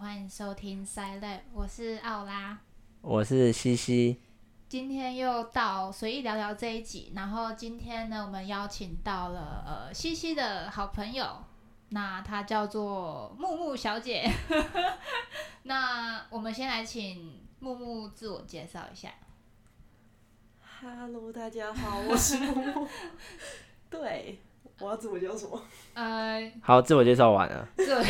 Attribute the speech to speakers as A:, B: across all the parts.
A: 欢迎收听 Side Lab，我是奥拉。
B: 我是西西，
A: 今天又到随意聊聊这一集，然后今天呢，我们邀请到了呃西西的好朋友，那她叫做木木小姐。 那我们先来请木木自我介绍一下。
C: Hello，大家好，我是默默。对，我要自我叫什么？
A: 呃，
B: 好，自我介绍完了，
A: 这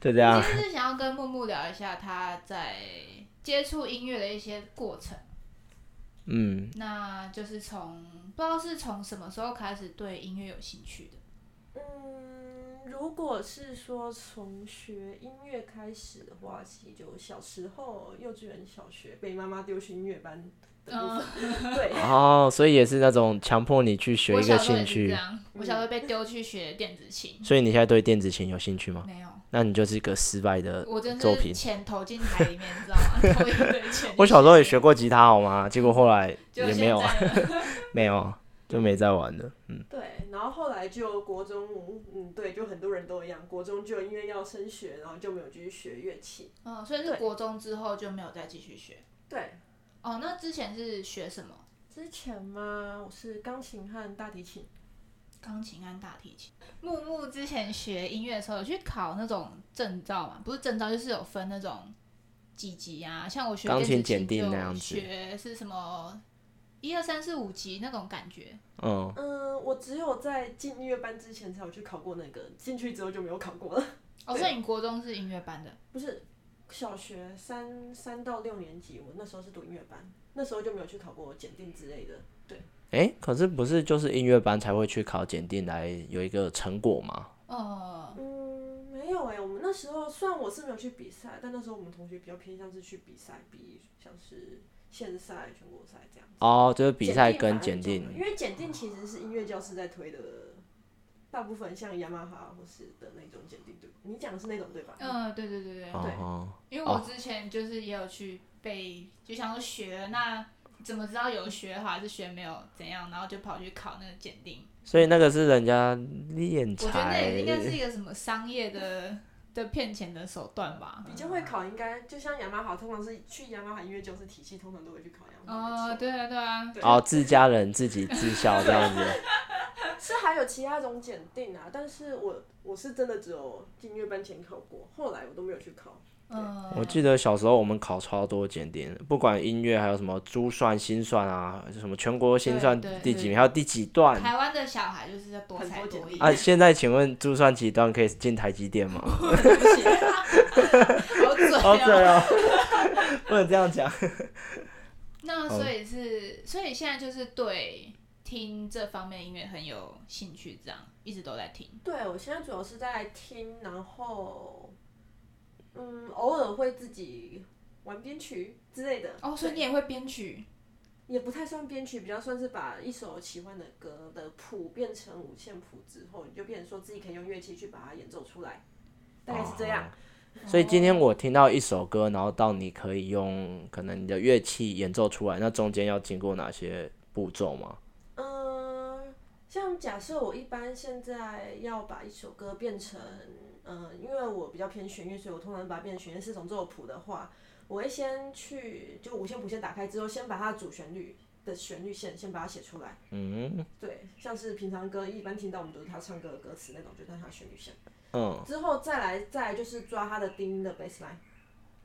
B: 就这样
A: 其。实是想要跟木木聊一下他在接触音乐的一些过程，
B: 嗯，
A: 那就是从不知道是从什么时候开始对音乐有兴趣的。
C: 嗯，如果是说从学音乐开始的话，其实就小时候幼稚园、小学被妈妈丢去音乐班的部
A: 嗯，
C: 分。 对，
B: 哦，所以也是那种强迫你去学
A: 我
B: 一
A: 小
B: 个
A: 时候也
B: 兴
A: 是这
B: 趣，
A: 样，我小时候被丢去学电子琴，
B: 所以你现在对电子琴有兴趣吗？
A: 没有，
B: 那你就是一个失败的。
A: 我真
B: 嗯作
A: 是
B: 品
A: 钱投进海里面，你知道吗？ 投一堆钱。
B: 我小时候也学，过吉他，好吗？结果后来
A: 就
B: 也
A: 现
B: 没有，啊
A: 在 了
B: 没有，就没再玩了。嗯，
C: 对，然后后来就国中，嗯，对，就很多人都一样，国中就因为要升学，然后就没有继续学乐器。
A: 嗯，所以是
C: 对
A: 国中之后就没有再继续学。
C: 对，
A: 哦，那之前是学什么？
C: 之前嘛，我是钢琴和大提琴。
A: 钢琴和大提琴。木木之前学音乐的时候，有去考那种证照嘛？不是证照，就是有分那种几级啊。像我学
B: 钢
A: 电
B: 琴
A: 子
B: 检定
A: 就
B: 那样子
A: 学是什么一二三四五级那种感觉。
B: 嗯，
C: 嗯，我只有在进音乐班之前才有去考过那个，进去之后就没有考过了。
A: 哦，所以你国中是音乐班的，
C: 不是小学三三到六年级，我那时候是读音乐班，那时候就没有去考过检定之类的。
B: 诶，可是不是就是音乐班才会去考检定来有一个成果吗？
A: 呃，
C: 嗯，没有哎、我们那时候虽然我是没有去比赛，但那时候我们同学比较偏向是去比赛，比像是县赛、全国赛这样。
B: 哦，就是比赛跟检
C: 检
B: 定
C: 反而。因为检定其实是音乐教室在推的，大部分像雅马哈或是的那种检定，对吧？你讲的是那种对吧？
A: 嗯，对对对对，
B: 哦哦，
A: 因为我之前就是也有去被，就想说学了那怎么知道有学好还是学没有怎样，然后就跑去考那个检定。
B: 所以那个是人家练
A: 我觉得那
B: 才
A: 也应该是一个什么商业的的骗钱的手段吧。
C: 比较会考，应该就像雅马哈，通常是去雅马哈音乐教室体系，通常都会去考雅马哈。
A: 哦，对啊对啊，
C: 对
B: 哦，自家人自己自销这样子。
C: 是还有其他种检定啊，但是我我是真的只有进音乐班前考过，后来我都没有去考。
A: 嗯，
B: 我记得小时候我们考超多检定，不管音乐还有什么珠算、心算啊，就什么全国心算
A: 对对
B: 第几
A: 对
B: 名，还有第几段
A: 台湾的小孩就是要多才多艺，
B: 啊。现在请问珠算几段可以进台积 电吗？
C: 对不起
A: 好准
B: 哦，
A: 哦。
B: 对哦， 不能这样讲。
A: 那所以是，所以现在就是对听这方面音乐很有兴趣，这样一直都在听。
C: 对我现在主要是在听，然后嗯，偶尔会自己玩编曲之类的。
A: 哦，所以你也会编曲
C: 也不太算编曲，比较算是把一首喜欢的歌的谱变成五线谱之后，你就变成说自己可以用乐器去把它演奏出来，大概是这样。
B: 所以今天我听到一首歌，然后到你可以用可能你的乐器演奏出来，那中间要经过哪些步骤吗？
C: 嗯，像假设我一般现在要把一首歌变成，嗯，因为我比较偏弦乐，所以我通常把它变成弦乐四重奏谱的话，我会先去就五线谱先打开之后，先把它的主旋律的旋律线先把它写出来。
B: 嗯
C: 对，像是平常歌一般听到我们都是他唱歌的歌词那种，就是它的旋律线。
B: 嗯，
C: 之后再来再来就是抓它的低音的 bass line，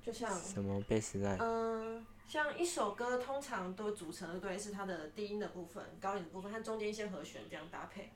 C: 就像
B: 什么贝斯带？
C: 嗯，像一首歌通常都组成的对是它的低音的部分、高音的部分和中间一些和弦这样搭配。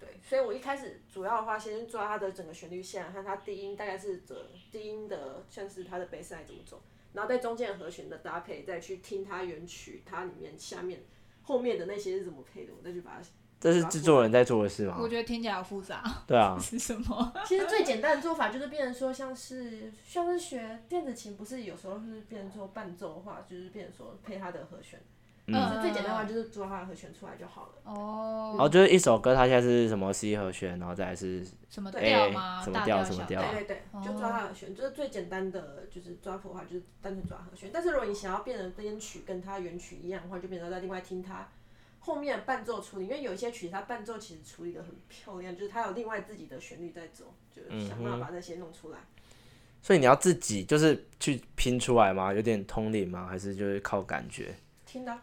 C: 对，所以我一开始主要的话，先抓它的整个旋律线和它低音大概是这低音的，像是它的 bass line 怎么走，然后在中间的和弦的搭配，再去听它原曲它里面下面后面的那些是怎么配的，我再去把它。
B: 这是制作人在做的事吗
A: 我？觉得听起来好复杂，
B: 对啊，
A: 是什么？
C: 其实最简单的做法就是变成说，像是像是学电子琴，不是有时候是变成说伴奏的话，就是变成说配它的和弦。
A: 嗯
C: 是最简单的话就是抓它的和弦出来就好了。
A: 哦
B: 然，后就是一首歌，它现在是什么 C 和弦，然后再来是
A: 什么
C: 对
A: 调吗？
B: 什么
A: 大
B: 调
A: 调
B: 什么
A: 小
B: 调啊
C: 对对对，就抓它的和弦，就是最简单的，就是抓谱的话就是单纯抓和弦。但是如果你想要变成编曲跟它原曲一样的话，就变成在另外听它后面伴奏处理，因为有一些曲它伴奏其实处理
B: 嗯
C: 的很漂亮，就是它有另外自己的旋律在走，就是想办法把那些弄出来。
B: 所以你要自己就是去拼出来吗？有点通灵吗？还是就是靠感觉？
C: 听的啊，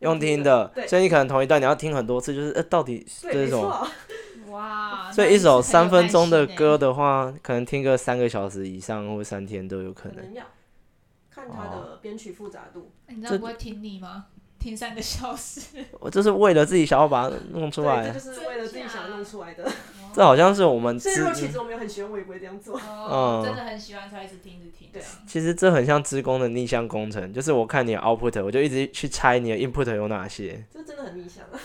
B: 用听的，
C: 对
B: 所以你可能同一段你要听很多次，就是呃，到底
C: 对，
B: 这
C: 没
B: 种。
C: 错，
A: 哇，
B: 所
A: 啊那
B: 以一
A: 你是
B: 首
A: 很有
B: 三分钟的
A: 耐心欸
B: 歌的话，可能听个三个小时以上或三天都有可
C: 可
B: 能。哦
C: 能要看它的编曲复杂度，
A: 哎你知道
B: 这
A: 不会听腻吗？听三个小 时，
B: 我就是为了自己想要把它弄出
C: 对，这
B: 来，
C: 就是为了自己想要弄出来的。
B: 这好像是我们
C: 所以
B: 知
C: 如果其实我们也很喜欢，我也不会这样做。
A: 哦
B: 嗯
A: 真的很喜欢，才一直听，一直听。
C: 对啊
A: 这样
B: 其实这很像职工的逆向工程，就是我看你的 output，我就一直去猜你的 input 有哪些，
C: 这真的很逆向啊，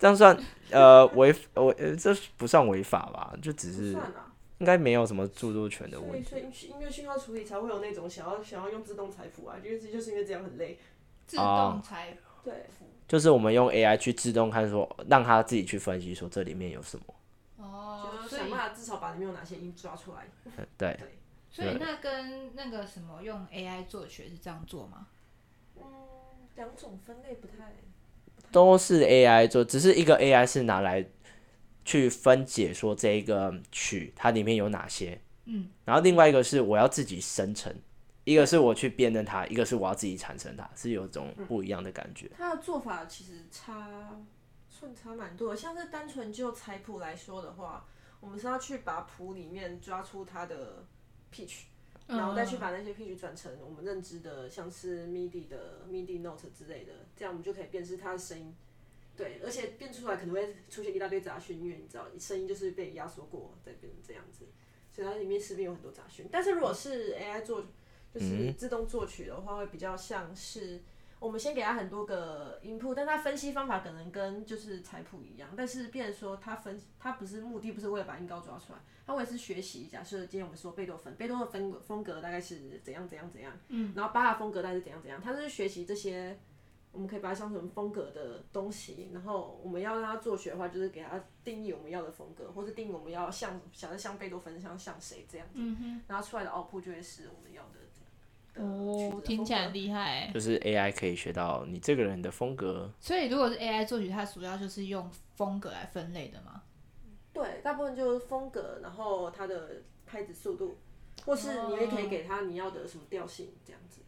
B: 这样算呃违违呃这不算违法吧？就只
C: 不
B: 是
C: 算啊。
B: 应该没有什么著作权的
C: 所
B: 问
C: 以，
B: 题。
C: 所以音乐讯号处理才会有那种想要想要用自动裁符啊，因为这就是因为这样很累。
A: 自动裁
C: 对，
B: 就是我们用 AI 去自动看说，让它自己去分析说这里面有什么。
A: 哦，
C: 就是
A: 所
C: 想
A: 以
C: 办法至少把里面有哪些音抓出来。
B: 嗯对，
A: 所以那跟那个什么用 AI 做学是这样做吗？
C: 嗯，两种分类不太。
B: 都是 AI 做，只是一个 AI 是拿来去分解说这一个曲它里面有哪些，
A: 嗯，
B: 然后另外一个是我要自己生成，一个是我去辨认它，一个是我要自己产生它，是有种
C: 嗯
B: 不一样的感觉。
C: 它的做法其实差，算差蛮多的。像是单纯就采谱来说的话，我们是要去把谱里面抓出它的 pitch，然啊
A: 嗯
C: 后再去把那些 pitch 转成我们认知的，像是 MIDI 的 MIDI note 之类的，这样我们就可以辨识它的声音。对，而且变出来可能会出现一大堆杂讯，因为你知道声音就是被压缩过，再变成这样子，所以它里面势必有很多杂讯。但是如果是 AI 做，就是自动作曲的话，会比较像是我们先给他很多个 input，但他分析方法可能跟就是采谱一样，但是变成说他分他不是目的不是为了把音高抓出来，他为了是学习。假设今天我们说贝多芬，贝多芬风格风格大概是怎样怎样怎样，嗯，然后巴哈风格大概是怎样怎样，他就是学习这些，我们可以把它当成风格的东西，然后我们要让他做学的话，就是给他定义我们要的风格，或是定义我们要像想要像贝多芬像像谁这样子，嗯、然后出来的 output 就会是我们要的
A: 哦，听起
C: 这样的曲子的风格
A: 来很厉害欸。
B: 嗯就是 AI 可以学到你这个人的风格，
A: 所以如果是 AI 作曲，它主要就是用风格来分类的嘛？
C: 对，大部分就是风格，然后它的拍子速度，或是你也可以给它你要的什么调性这样子。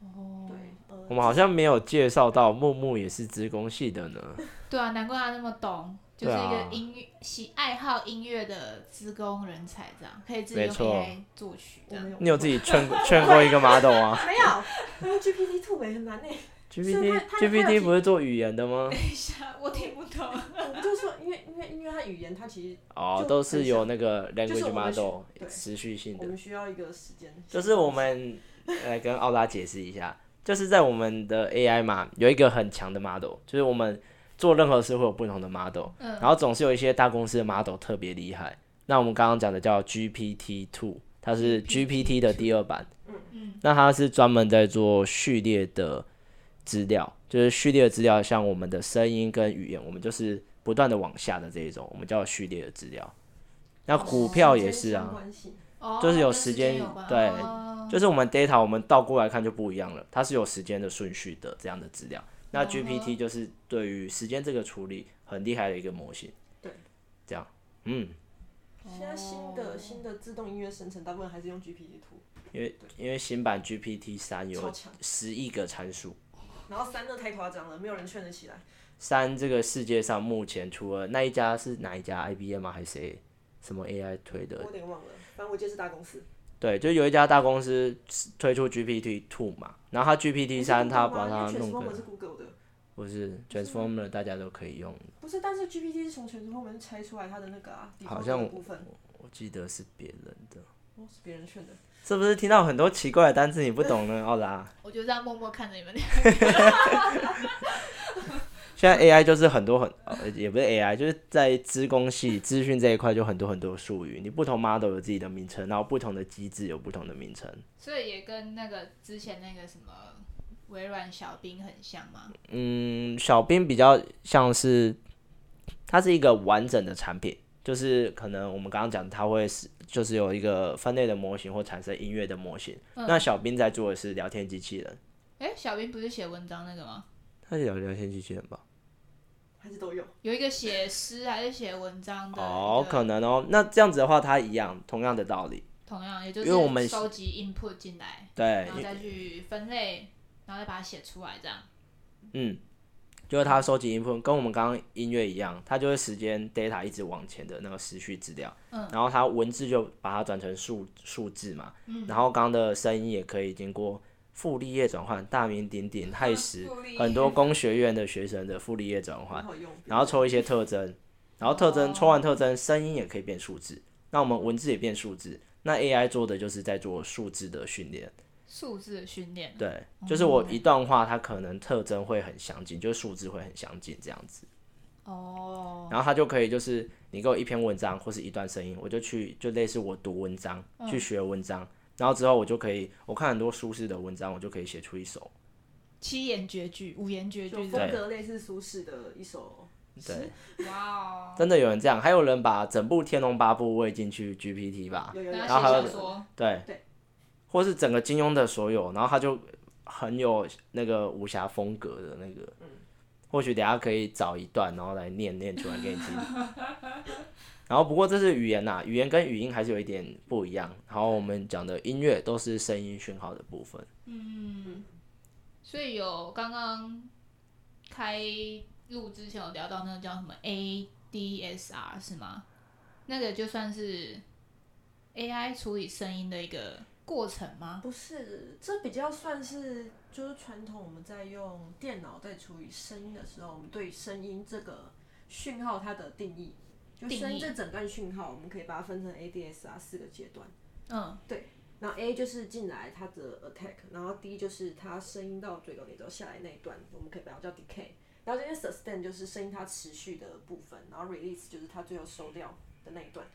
A: 哦，
C: 对，呃，
B: 我们好像没有介绍到木木也是资工系的呢。
A: 对啊，难怪他那么懂，就是
B: 对
A: 一
B: 啊
A: 个音乐喜爱好音乐的职工人才，这样可以自己
B: 没
A: 用
B: 错
A: AI 作曲这
C: 我
A: 样
C: 没。有，
B: 你有自己劝劝过一个啊 model 吗
C: 没有？我用 GPT Two 也很难欸 呢。是他
B: ？GPT
C: 他他有
B: GPT 不是做语言的吗？
A: 等一下，我听不懂。
C: 我不就说，因为因为因为它语言它其实
B: 哦，
C: 就
B: 都
C: 很
B: 是
C: 像
B: 有那个
C: 是
B: language
C: 我们学
B: model
C: 对
B: 持续性
C: 我
B: 的。
C: 们需要一个时间。
B: 就是我们呃跟奥拉解释一下，就是在我们的 AI 嘛，有一个很强的 model，就是我们做任何事会有不同的 model，、然后总是有一些大公司的 model 特别厉害。那我们刚刚讲的叫 GPT Two，它是 GPT 的第二版，嗯，那它是专门在做序列的资料，就是序列的资料，像我们的声音跟语言，我们就是不断的往下的这一种，我们叫序列的资料。那股票也是啊，
A: 哦，
B: 就是有
A: 跟
B: 时
A: 时
B: 间
A: 有关
B: 对
A: 哦
B: 就是我们 data 我们倒过来看就不一样了，它是有时间的顺序的这样的资料。
C: 哦
B: 那 GPT 就是对于时间这个处理很厉害的一个模型。
C: 对，
B: 这样，嗯，
C: 现在新的新的自动音乐生成，大部分还是用 GPT Two，
B: 因为因为新版 GPT 三
C: 超
B: 有
C: 强。
B: 十亿个参数，
C: 然后三那太夸张了，没有人劝得起来。
B: 三这个世界上目前除了那一家是哪一家 IBM 吗还是谁什么 AI 推
C: 我
B: 的？
C: 有点忘了，反正我记得是大公司。
B: 对，就有一家大公司推出 GPT Two 嘛，然后它 GPT 三它把它弄
C: 我
B: 个
C: 是 Google 的。
B: 不是 Transformer 大家都可以用，
C: 不是，但是 GPT 是从全球后面拆出来它的那个啊，
B: 好像
C: default 的部分，
B: 我记得是别人的。
C: 哦，是别人劝的。
B: 是不是听到很多奇怪的单词你不懂呢，奥 拉？
A: 我就这样默默看着你们。
B: 现在 AI 就是很多很，呃、也不是 AI，就是在资工系资讯这一块就很多很多术语，你不同 model 有自己的名称，然后不同的机制有不同的名称。
A: 所以也跟那个之前那个什么微软小冰很像嘛。
B: 嗯，小兵比较像是，它是一个完整的产品，就是可能我们刚刚讲它会是就是有一个分类的模型或产生音乐的模型。那小兵在做的是聊天机器人，哦
A: 哎，小兵不是写文章那个吗？
B: 它是聊聊天机器人吧？
C: 还是都有。
A: 有一个写诗还是写文章的一个？
B: 哦哦，可能哦。那这样子的话，它一样，同样的道理，
A: 同样也就
B: 因为我们
A: 是收集 input 进来，
B: 对
A: 然，后再去分类，然后再把它写出来，这样。
B: 嗯，就是它收集 input 跟我们刚刚音乐一样，它就是时间 data 一直往前的那个时序资料，
A: 嗯
B: 然后它文字就把它转成数数字嘛，然后刚刚的声音也可以经过傅立叶转换，大名鼎鼎
A: 啊
B: 亥
A: 嗯
B: 时
A: 傅立叶
B: 很多工学院的学生的傅立叶转换
C: 很，好用。
B: 然后抽一些特征，然后特征抽完特征，声音也可以变数字，那我们文字也变数字，那 AI 做的就是在做数字的训练。
A: 数字的训练，
B: 对，就是我一段话，它可能特征会很相近，就是数字会很相近这样子，
A: 哦，
B: 然后它就可以就是你给我一篇文章或是一段声音，我就去就类似我读文章去学文章，然后之后我就可以我看很多苏轼的文章，我就可以写出一首，
A: 七言绝句、五言绝
C: 就
A: 句，
C: 风格类似苏轼的一首
B: 对，
A: 哇哦，
B: 真的有人这样，还有人把整部《天龙八部》喂进去 GPT 吧，
C: 有有有
A: 然
B: 然后
A: 后
B: 还有
A: 写小说，
B: 对，
C: 对
B: 或是整个金庸的所有，然后他就很有那个武侠风格的那个，或许等一下可以找一段，然后来念念出来给你听。然后不过这是语言呐、啊语言跟语音还是有一点不一样。然后我们讲的音乐都是声音讯号的部分，
A: 所以有刚刚开录之前有聊到那个叫什么 ADSR 是吗？那个就算是 AI 处理声音的一个过程吗？
C: 不是，这比较算是就是传统我们在用电脑在处理声音的时候，我们对声音这个讯号它的定义，就
A: 定
C: 声
A: 义
C: 音这整段讯号，我们可以把它分成 ADSR 啊四个阶段。
A: 嗯，
C: 然后 A 就是进来它的 attack，然后 D 就是它声音到最高点之后下来那一段，我们可以把它叫 decay。然后这边 sustain 就是声音它持续的部分，然后 release 就是它最后收掉的那一段。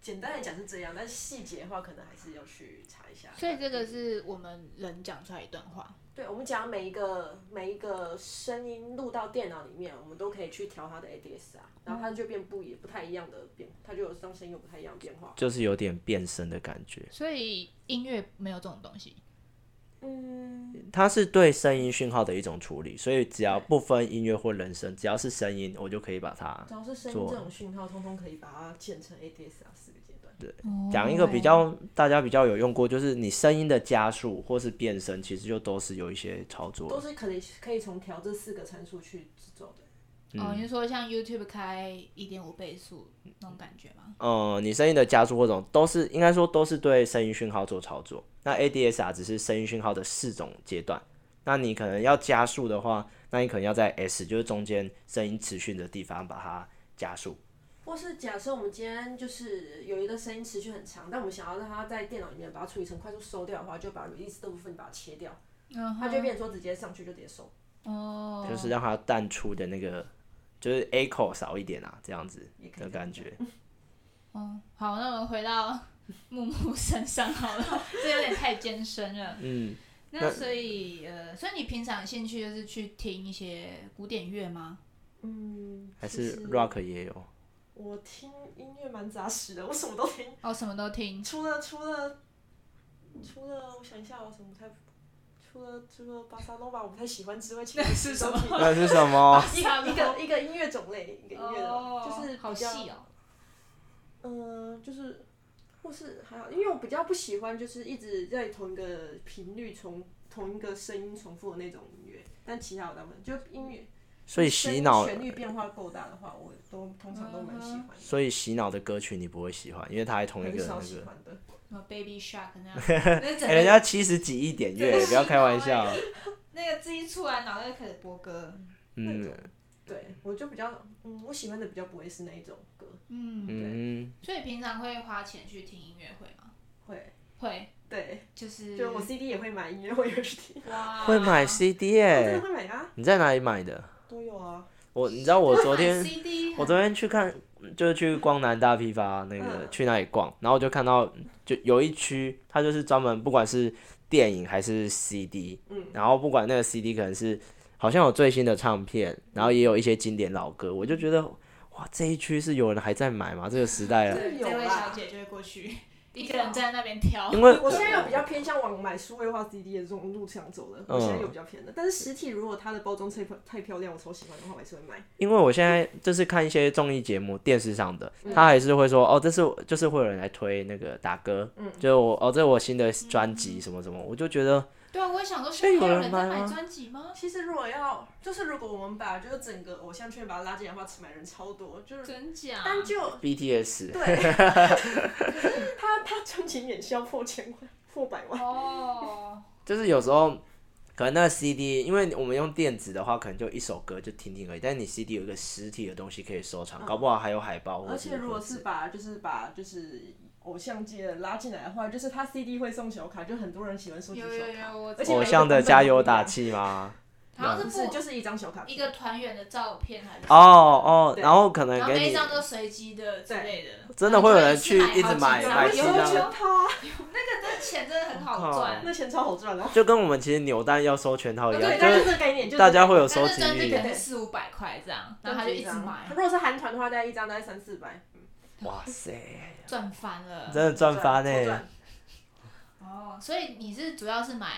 C: 简单来讲是这样，但是细节的话可能还是要去查一下。
A: 所以这个是我们人讲出来一段话，
C: 对，我们讲每一个每一个声音录到电脑里面，我们都可以去调它的 ADSR，然后啊它就变不也不太一样的变，它就有让声音有不太一样的变化。
B: 就是有点变声的感觉。
A: 所以音乐没有这种东西。
C: 嗯，
B: 它是对声音讯号的一种处理，所以只要不分音乐或人声，只要是声音，我就可以把它
C: 只要是声音这种讯号，通通可以把它建成 ADSR 啊四个阶段。哦
B: 讲一个比较大家比较有用过，就是你声音的加速或是变声，其实就都是有一些操作的。
C: 都是可以可以从调这四个参数去走的。
B: 嗯
A: 哦，你是说像 YouTube 开一点五倍速那种感觉吗？
B: 呃，你声音的加速或者都是应该说都是对声音讯号做操作。那 ADSR 只是声音讯号的四种阶段。那你可能要加速的话，那你可能要在 S 就是中间声音持续的地方把它加速。
C: 或是假设我们今天就是有一个声音持续很长，但我们想要让它在电脑里面把它处理成快速收掉的话，就把 release 的部分把它切掉，
A: 嗯
C: 它就变成说直接上去就直接收，
A: 哦，
B: 就是让它淡出的那个，就是 echo 少一点啊，这样子
C: 也可
B: 的
C: 以这样
B: 感觉。
A: 哦，好，那我们回到木木身上好了，这有点太艰深了。
B: 嗯，
A: 那
B: 那
A: 所以呃，所以你平常兴趣就是去听一些古典乐吗？
C: 嗯，
B: 还
C: 其
B: 是
C: 实
B: rock 也有。
C: 我听音乐蛮杂食的，我什么都听，
A: 哦，什么都听。
C: 除了除了除了我想一下，我什么不太除了除了巴萨诺瓦我不太喜欢之外，其他
A: 是什么
C: 都听
B: 那是什 么？
C: 一个一个一个音乐种类，一个音乐的，就是比较
A: 哦好细哦。
C: 嗯，就是或是还好，因为我比较不喜欢就是一直在同一个频率重同一个声音重复的那种音乐，但其他我大部分就音乐，
B: 所以
C: 声
B: 洗
C: 音
B: 脑，
C: 旋律变化够大的话，我都通常都蛮喜欢的，
B: 所以洗脑的歌曲你不会喜欢，因为它还同一
C: 很
B: 个那
C: 少喜
B: 个。
C: 欢的。
A: 什么 Baby Shark 那样，那整
B: 哎、
A: 个
B: 人家七十几亿点
A: 整
B: 阅，
A: 个
B: 不要开玩
A: 洗脑
B: 笑。
A: 那个自己出来，脑袋就开始播歌。
B: 嗯
C: 对，我就比较嗯，我喜欢的比较不会是那一种歌，
A: 嗯，
B: 嗯，
A: 所以平常会花钱去听音乐会吗？
C: 会
A: 会，
C: 对，
A: 就是
C: 就我 CD 也会买，音乐会也会去听，
A: 哇，
B: 会买 CD 耶、
C: 我真的会买啊，
B: 你在哪里买的？
C: 都有啊，
B: 我你知道我昨
A: 会买
B: 天
A: CD，
B: 我昨天去看，就是去光南大批发那个、
C: 嗯
B: 去那里逛，然后我就看到就有一区，它就是专门不管是电影还是 CD，
C: 嗯
B: 然后不管那个 CD 可能是好像有最新的唱片，然后也有一些经典老歌，我就觉得哇，这一区是有人还在买吗？这个时代了。
A: 对
C: 有
A: 这位
C: 啦
A: 小姐就会过去。一个人在那边挑。
B: 因为
C: 我现在有比较偏向往买数位化 CD 的这种路上走了，我现在有比较偏的。但是实体如果它的包装太太漂亮，我超喜欢的话，我还是会买。
B: 因为我现在就是看一些综艺节目，电视上的，
C: 嗯
B: 他还是会说哦，这是就是会有人来推那个打歌，
C: 嗯
B: 就是我哦，这是我新的专辑什么什么，我就觉得
A: 对啊，我也想说，
B: 哎
A: 现在
B: 有
A: 有
B: 人
A: 人在
B: 买
A: 买
B: 吗
A: 专辑吗？
C: 其实如果要，就是如果我们把就是整个偶像圈把它拉进来的话，买人超多，就是
A: 真假？
C: 但就
B: BTS
C: 对，他他专辑免销破千万，破百万。
A: 哦，
B: 就是有时候可能那个 CD，因为我们用电子的话，可能就一首歌就听听而已，但你 CD 有一个实体的东西可以收藏，搞不好还有海报或者
C: 嗯而且如果是
B: 盒子
C: 把就是把就是偶像界的拉进来的话，就是他 CD 会送小卡，就很多人喜欢收集小
A: 有有
C: 卡。
A: 有，我
C: 而且
A: 知道
B: 偶
C: 每个
B: 像的加油打
C: 版
B: 气吗？
A: 好
C: 不
A: 像
C: 是
A: 是
C: 就是一张小卡
A: 不一个团员的照片还是
B: 哦哦，
C: 对
B: 然后可能
A: 然后
B: 给
A: 每一
B: 你
A: 张都随机的之类的，
B: 真的会有人
A: 然后就
B: 去一直
A: 次买
B: 买
A: 好
B: 买
A: 几
B: 七
A: 张那
C: 有
A: 个
B: 张，
C: 人全趴，
A: 那钱真的很好赚，
C: 那钱超好赚的。
B: 就跟我们其实扭蛋要收全套一样，
C: 哦对，
B: 就
C: 但是
B: 是
C: 这个概念就是
B: 大家会有
A: 但
B: 收集
A: 是专辑
B: 欲
A: 可。能四五百块这样，然后他就一直买啊
C: 如，果是韩团的话，大概一张大概三四百，
B: 哇塞，
A: 赚翻了。
B: 真的赚翻欸呢、
C: 超赚
A: 哦，所以你是主要是买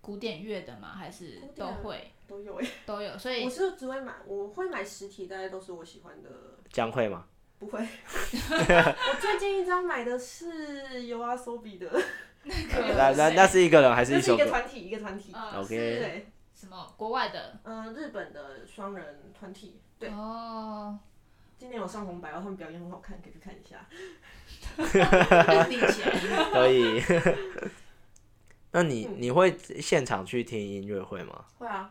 A: 古典乐的吗？还是
C: 古典
A: 都会
C: 都有哎。
A: 都有？所以
C: 我是只会买，我会买实体，大概都是我喜欢的。
B: 将会 嘛？
C: 不会，我最近一张买的是 U R S O B 的，
A: 可
B: 那那那是一个人还是
C: 这
B: 一
C: 是
B: 首
C: 一
B: 歌
C: 个？团体，一个团体。
A: 呃
B: OK
A: 是
C: 对，
A: 什么国外的？
C: 嗯，日本的双人团体，对，
A: 哦，
C: 今年有上红白，然后他们表演很好看，可以去看一下。
A: 理解。
B: 可以。 那你
C: 嗯
B: 你会现场去听音乐会吗？
C: 会啊，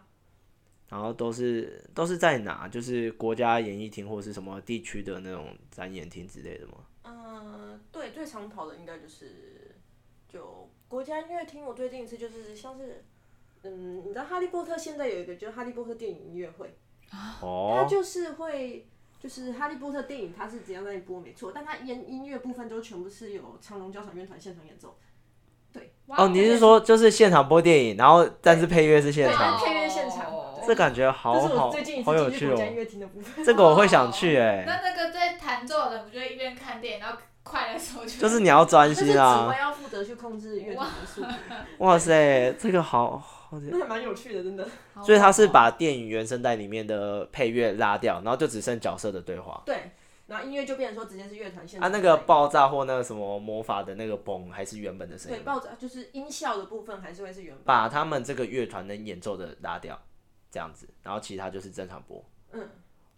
B: 然后都是都是在哪？就是国家演艺厅或是什么地区的那种展演厅之类的吗？
C: 嗯，对，最常跑的应该就是就国家音乐厅。我最近一次就是像是，嗯，你知道《哈利波特》现在有一个就是《哈利波特》电影音乐会，它
B: 哦，
C: 啊就是会就是《哈利波特》电影它是怎样在播没错，但它音音乐部分都全部是由长隆交响乐团现场演奏，
A: 哇
B: 哦，你是说就是现场播电影，然后但是配乐是现
C: 对
B: 场
C: 它，是配乐现场
A: 哦。
C: 对
B: 这感觉好
C: 这是我
B: 好
C: 最近一
B: 好有
C: 次进去
B: 趣
C: 国家音哦
B: 哦。
C: 乐 厅的部分。
B: 这个我会想去哎、
A: 那那个在弹奏的，不就一边看电影，然后快的时候就
B: 就是你要专
C: 但是
B: 心
C: 指
B: 啊！
C: 挥要负责去控制乐团的速度，
B: 哇塞，这个好好。
C: 那还蛮有趣的，真的。
A: 好
B: 所以他是
A: 猛哦
B: 把电影原声带里面的配乐拉掉，然后就只剩角色的对话。
C: 对，然后音乐就变成说直接是乐团现
B: 啊，
C: 场
B: 那
C: 在演。
B: 个爆炸或那个什么魔法的那个嘣，还是原本的声
C: 对
B: 音，
C: 爆炸就是音效的部分还是会是原版。
B: 把他们这个乐团能演奏的拉掉，这样子，然后其他就是正常播。
C: 嗯，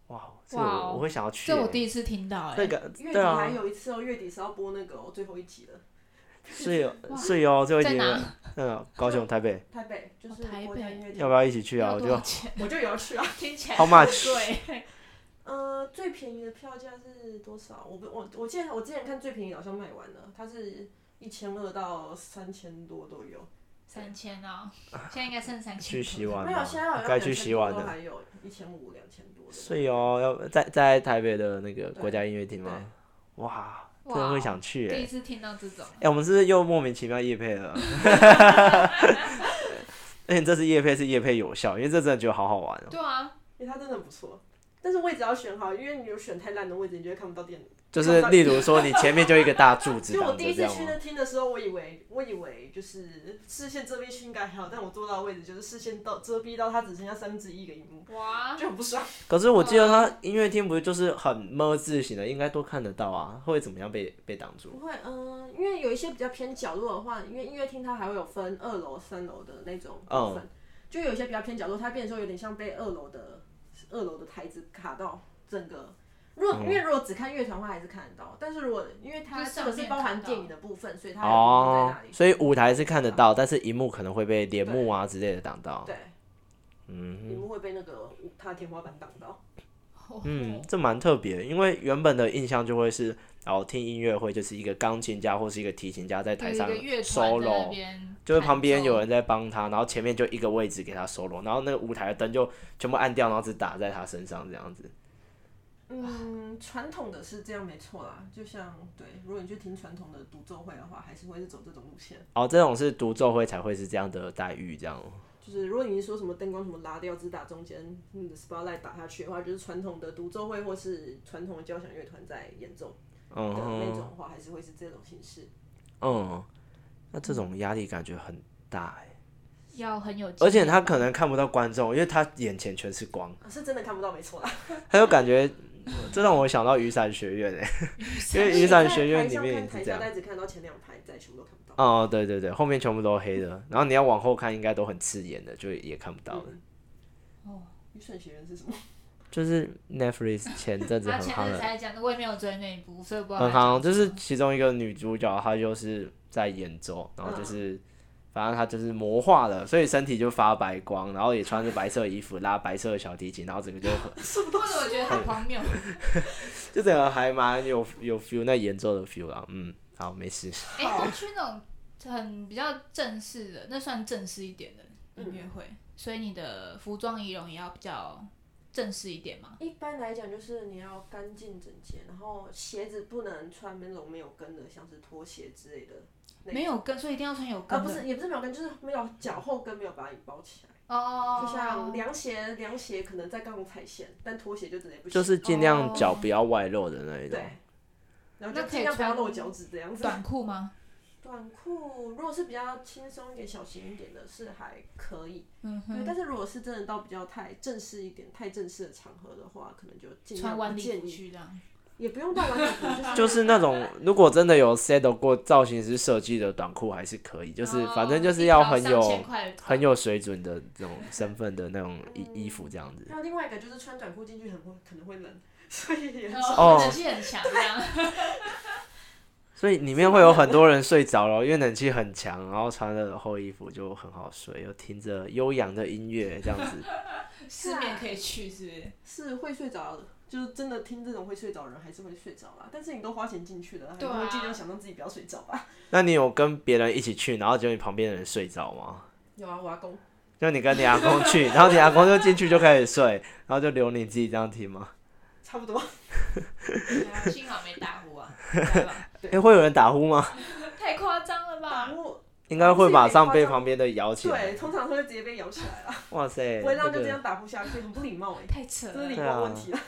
B: 哇，这个
A: 哇哦
B: 我我会想要去、
A: 这
B: 欸。
A: 我第一次听到
B: 这
A: 哎，
B: 个
C: 月
B: 对
C: 底还
B: 啊，
C: 有一次哦，月底是要播那个、哦、最后一集了，
B: 是有
A: 哇
B: 是有，最后一
A: 在
B: 集
A: 哪
B: 嗯，高雄、台 北，
C: 台北就是
A: 哦台
C: 国家音乐厅，
B: 要不要一起去啊？我
A: 多少
B: 就
A: 钱？
C: 我就有要 去啊。
A: 听起来
B: How
A: 很
B: much？
A: 贵，
C: 呃，最便宜的票价是多少？我不我我记得我之前看最便宜好像卖完了，它是一千二到三千多都有。
A: 三千哦，现在应该剩三千。
B: 去洗碗
C: 没有，现在好
B: 啊，
C: 像
B: 该去洗碗
C: 2000多都
B: 了。
C: 还有一千五两千多的。
B: 是有，哦要在在台北的那个国家音乐厅
C: 对
B: 吗？哇，真
A: 哇
B: 的会想去哎、
A: 第一次听到这种，
B: 哎、我们是不是又莫名其妙夜配了？ 而且这次夜配是夜配有效，因为这真的觉得好好玩哦、
A: 对啊，
C: 因为它真的不错，但是位置要选好，因为你有选太烂的位置，你就会看不到电影。
B: 就是例如说，你前面就一个大柱子
C: 就我
B: 挡
C: 第
B: 着这
C: 一次
B: 样
C: 去
B: 吗？
C: 那厅的时候，我以为我以为就是视线遮蔽区应该还好，但我坐到的位置就是视线到遮蔽到它只剩下三分之一个荧幕，
A: 哇，
C: 就很不爽。
B: 可是我记得他音乐厅不是就是很么字型的，应该都看得到啊，会怎么样被被挡住？
C: 不会，嗯、因为有一些比较偏角落的话，因为音乐厅它还会有分二楼、三楼的那种部
B: 嗯
C: 分，就有一些比较偏角落，它变成说有点像被二楼的二楼的台子卡到整个。如
B: 嗯
C: 果因为如果只看乐团的话还是看得到，但是如果因为它
A: 就
C: 这
A: 上
C: 个是
A: 面
C: 包
A: 看
C: 含
A: 到
C: 电影的部分，所以它有
B: 哦
C: 在那里。，
B: 所以舞台是看得到，但是荧幕可能会被帘幕啊之类的挡到。
C: 对，
B: 嗯
C: 荧幕会被那个它的天花板挡到。
B: 嗯，这蛮特别的，因为原本的印象就会是，然后听音乐会就是一个钢琴家或是一个提琴家在台上
A: 有一个乐团在
B: solo，
A: 那边，
B: 就是旁边有，人在帮他，然后前面就一个位置给他 solo，然后那个舞台的灯就全部按掉，然后只打在他身上这样子。
C: 嗯， 传统的是这样没错啦，就像对，如果你去听传统的独奏会的话，还是会是走这种路线。
B: 哦，这种是独奏会才会是这样的待遇，这样。
C: 就是如果你是说什么灯光什么拉掉，只打中间，你的 spotlight 打下去的话，就是传统的独奏会或是传统的交响乐团在演奏的
B: 嗯
C: 那
B: 哼，
C: 种的话，还是会是这种形式。
B: 嗯，那这种压力感觉很大哎、
A: 要很有，
B: 而且他可能看不到观众，因为他眼前全是光，
C: 啊是真的看不到，没错啦。
B: 他就感觉这让我想到雨伞学院哎、因为雨伞学院里面 也
C: 台
B: 是这
C: 下
B: 样。
C: 但只看到前两排，再全部都看不到。
B: 哦，对对对，后面全部都黑的，然后你要往后看，应该都很刺眼的，就也看不到
C: 嗯
B: 了。
C: 愚蠢嗯学院是什么？
B: 就是 Netflix 前阵子
A: 他
B: 很
A: 前
B: 夯
A: 阵
B: 的
A: 子才讲的，我也没有追那一部，所以我不知道
B: 很
A: 他讲什
B: 夯，就
A: 么。
B: 是其中一个女主角，她就是在演奏，然后就是、反正她就是魔化了，所以身体就发白光，然后也穿着白色衣服，拉白色的小提琴，然后整个就很
A: 或者我觉得很荒 谬。
B: 就整个还蛮有有 feel 那演奏的 feel 啦。嗯，好，没事。
A: 哎、他去那种很比较正式的，那算正式一点的音乐会，所以你的服装仪容也要比较正式一点嘛。
C: 一般来讲，就是你要干净整洁，然后鞋子不能穿那种没有跟的，像是拖鞋之类的。那
A: 没有跟，所以一定要穿有哦跟
C: 啊，
A: 的。
C: 不是，也不是没有跟，就是没有脚后跟没有把你包起来。
A: 哦哦，哦
C: 就像
A: 哦
C: 凉鞋，凉鞋可能在杠踩线，但拖鞋就直接不行。
B: 就是尽量
A: 哦
B: 脚不要外露的那一种
C: 对。，然后
A: 那
C: 就
A: 可以
C: 尽量不要
A: 穿
C: 露脚趾这样子。
A: 短裤吗？
C: 短裤如果是比较轻松一点、小型一点的，是还可以。
A: 嗯
C: 对，
A: 哼，
C: 但是如果是真的到比较太正式一点、太正式的场合的话，可能就尽
A: 穿
C: 量
A: 晚
C: 不
A: 礼
C: 建
A: 服
C: 议，
A: 去这样。
C: 也不用到晚礼服，
B: 就
C: 就是
B: 那种，如果真的有 set 过造型师设计的短裤，还是可以，就是
A: 哦
B: 反正就是要很
A: 一条
B: 有
A: 3000块的
B: 很有水准的这种身份的那种衣衣服这样子。
C: 还有另外一个就是穿短裤进去很会可能会冷， 所以也很少。
A: 哦，
B: 哦
A: 冷气很强这样。
B: 所以里面会有很多人睡着了，因为冷气很强，然后穿着厚衣服就很好睡，又听着悠扬的音乐这样子。
A: 失眠可以去是不是？
C: 是会睡着的，就是真的听这种会睡着的人还是会睡着啦。但是你都花钱进去了，你
A: 对啊
C: 会尽量想让自己不要睡着啊吧。
B: 那你有跟别人一起去，然后结果你旁边的人睡着吗？
C: 有啊，我阿公，
B: 就你跟你阿公去，然后你阿公就进去就开始睡，然后就留你自己这样听吗？
C: 差不多。
A: 对啊幸好没打呼啊，对吧
B: 诶、会有人打呼吗？
A: 太夸张了吧
C: 打？呼，
B: 应该会马上被旁边的摇起来
C: 对，。通常会直接被摇起来了，
B: 哇塞，
C: 不会让
B: 这
C: 就这
B: 个
C: 样打呼下去，很不礼貌哎、
A: 太扯
C: 这是
A: 了
C: 礼。貌问题啊。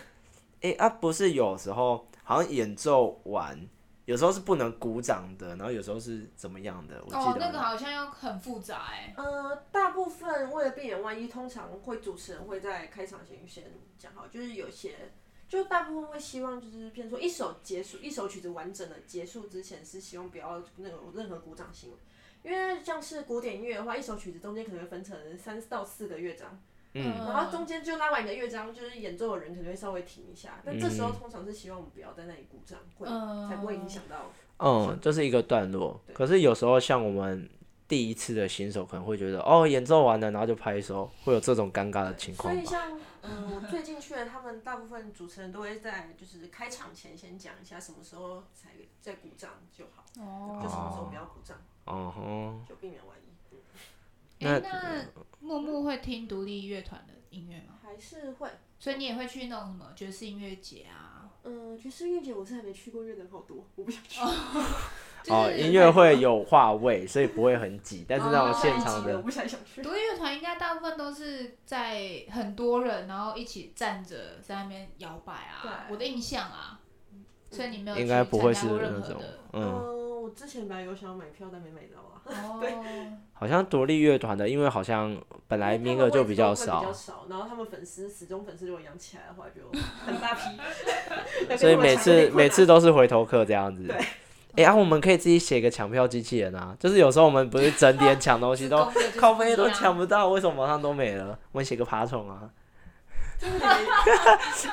B: 诶、啊，不是有时候好像演奏完，有时候是不能鼓掌的，然后有时候是怎么样的？我
A: 哦，
B: 记得、
A: 那个好像要很复杂哎、
C: 呃，大部分为了避免万一，通常会主持人会在开场前先讲好，就是有些，就大部分会希望就是，譬如说一首结束，一首曲子完整的结束之前是希望不要那种任何鼓掌行为，因为像是古典音乐的话，一首曲子中间可能会分成三到四个乐章，
B: 嗯，
C: 然后中间就拉完一个乐章，就是演奏的人可能会稍微停一下，但这时候通常是希望我们不要在那里鼓掌，会才不会影响到。
B: 嗯，就是一个段落。可是有时候像我们第一次的新手，可能会觉得哦，演奏完了，然后就拍手，会有这种尴尬的情
C: 所
B: 况
C: 以
B: 吧？
C: 像嗯，我最近去的，他们大部分主持人都会在就是开场前先讲一下什么时候才再鼓掌就好，
A: 哦，
C: 就什么时候不要鼓掌，
B: 哦吼，
C: 就避免万一。
A: 哎、
B: 那
A: 那木木会听独立乐团的音乐吗？
C: 还是会，
A: 所以你也会去那种什么爵士音乐节啊？
C: 嗯，爵士乐节我是还没去过，乐人好多，我不想去。
A: 就是、
B: 哦，音乐会有话位，所以不会很挤，但是那种现场
C: 我
A: 哦
B: 的，
C: 不想想去。
A: 独立乐团应该大部分都是在很多人，然后一起站着在那边摇摆啊。
C: 对
A: 我的印象啊，所以你没有
B: 应该不会是
A: 去参加过任
B: 那
A: 何
B: 种
A: 的。
B: 嗯，
C: 嗯，我之前本来有想要买票，但没买到啊。
A: 哦，
B: 好像独立乐团的，因为好像本来
C: 因为
B: 名
C: 他们
B: 额就
C: 位置
B: 比较
C: 都会比
B: 少，
C: 较，少，然后他们粉丝始终粉丝如果养起来的话，就很大批
B: 所以每次每次都是回头客这样子
C: 对。
B: 哎、啊，我们可以自己写个抢票机器人啊！就是有时候我们不是整点抢东西 都
A: 自贡的就是
B: 靠背
A: 不
B: 都
A: 一样
B: 抢不到，为什么马上都没了？我们写个爬虫啊！
C: 真的很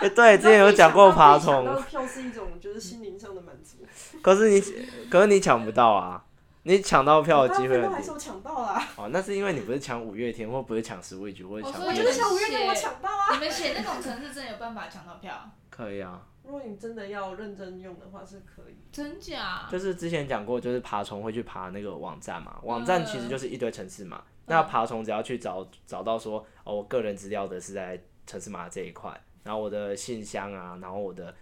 B: 哎、 对，之前有讲过爬
C: 啊想
B: 虫
C: 到，票是一种就是心灵上的满足，
B: 可是你可是你抢不到啊！你抢到票的机会
C: 我大部分都还
B: 很
C: 是
B: 低
C: 我抢到啦，
B: 哦，那是因为你不是抢五月天，或不是抢 Switch，或者
A: 哦
B: 抢
A: 所以
B: 别的
C: 我觉得
A: 就是
C: 像五月天我抢到啊。
A: 你们写那种城市真的有办法抢到票？
B: 可以啊。
C: 如果你真的要认真用的话是可以，
A: 真假？
B: 就是之前讲过，就是爬虫会去爬那个网站嘛，
A: 嗯
B: 网站其实就是一堆城市嘛。那爬虫只要去找找到说，哦，我个人资料的是在城市码这一块，然后我的信箱啊，然后我的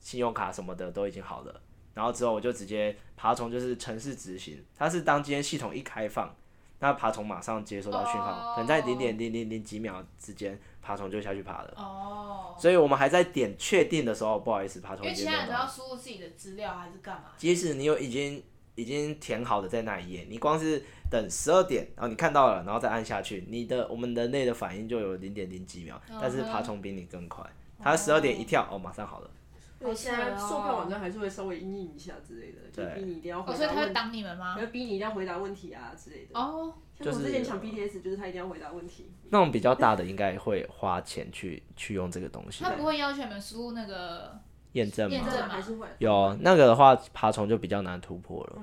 B: 信用卡什么的都已经好了，然后之后我就直接爬虫就是城市执行，它是当今天系统一开放，那爬虫马上接收到讯号，
A: 哦
B: 可能在零点零零零几秒之间，爬虫就下去爬了。
A: 哦，
B: 所以我们还在点确定的时候，不好意思，爬
A: 因
B: 虫已
A: 为其
B: 经
A: 他
B: 没有
A: 人都
B: 到
A: 要输入自己的资料还是干嘛？
B: 即使你有已经已经填好的在那一页，你光是等十二点，然后你看到了，然后再按下去，你的我们人类的反应就有零点零几秒，但是
A: 嗯哼
B: 爬虫比你更快，它十二点一跳，哦，马上好了。
A: 好
C: 对，现在
A: 扯哦
C: 售票网站还是会稍微阴影一下之类的，就
B: 对
C: 逼你一定要回
A: 哦，所以
C: 答
A: 他会
C: 问题，
A: 挡你们吗？
C: 要逼你一定要回答问题啊之类的。
A: 哦，
C: 像
B: 就
C: 我
B: 是
C: 之前抢 BTS，就是他一定要回答问题。
B: 那种比较大的应该会花钱去去用这个东西
A: 他不会要求你们输入那个，
B: 验证
A: 验
B: 吗
A: 真？证的吗
C: 还是会，
B: 有那个的话，爬虫就比较难突破了。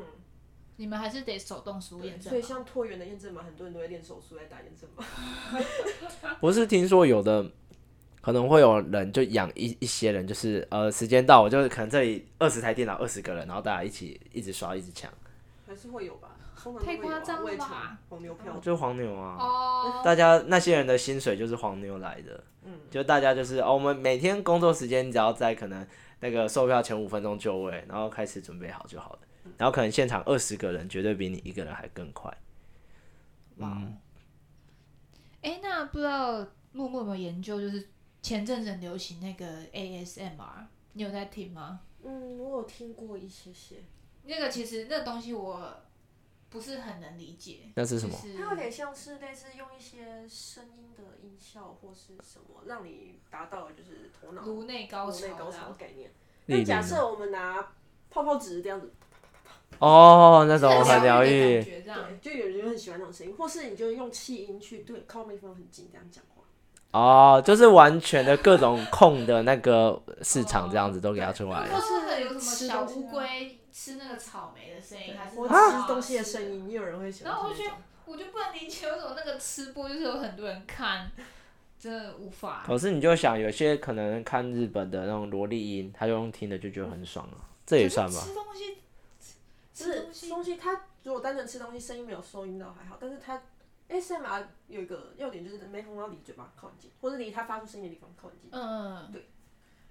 A: 你们还是得手动输入验
C: 对，
A: 证啊
C: 所以
A: 码
C: 像拓元的验证码，很多人都会练手术来打验证码。
B: 我是听说有的可能会有人就养一一些人，就是呃时间到，我就可能这里二十台电脑二十个人，然后大家一起一直刷一直抢，
C: 还是会有吧，通常都
A: 太
C: 会有
A: 夸张
C: 啊
A: 了
C: 我也
A: 吧
C: 抢黄牛票，
B: 就是黄牛啊。
A: 哦，
B: 大家那些人的薪水就是黄牛来的，嗯，就大家就是哦，我们每天工作时间只要在可能那个售票前五分钟就位，然后开始准备好就好了，然后可能现场二十个人绝对比你一个人还更快。
A: 哇，嗯哎，那不知道木木有没有研究，就是前阵子很流行那个 ASMR，你有在听吗？
C: 嗯，我有听过一些些，
A: 那个其实那个东西我不是很能理解，
B: 那是什么？
A: 就是
C: 它有点像是类似用一些声音的音效或是什么，让你达到就是头脑
A: 颅内高
C: 颅内
A: 潮
C: 高
A: 这
C: 潮的
A: 样
C: 概念。
B: 例如
C: 嗯那
B: 呢
C: 假设我们拿泡泡纸这样子，
B: 哦，那
A: 就是
B: 种很疗
A: 的
B: 愈
A: 感觉这样。
C: 对，就有人很喜欢那种声音，或是你就用气音去对靠妹方很近这样讲话。
B: 哦，就是完全的各种空的那个市场这样子都给它出来了。
A: 或是很有什么小乌龟吃那个草莓的声音，哎还是
C: 我
A: 什么
C: 吃东西的声音，也有人会喜欢
A: 然后我
C: 听
A: 就
C: 这
A: 觉
C: 种。
A: 得，我就不能理解为什么那个吃播就是有很多人看，真的无法。
B: 可是你就想，有些可能看日本的那种萝莉音，他就用听的就觉得很爽啊，这也算吧
A: 可是。吃东西，吃东
C: 就是
A: 西
C: 东西，它如果单纯吃东西，声音没有收音到还好，但是它 ASMR 有一个要点就是没红到离嘴巴靠很近，或者离它发出声音的地方靠很近，
A: 嗯，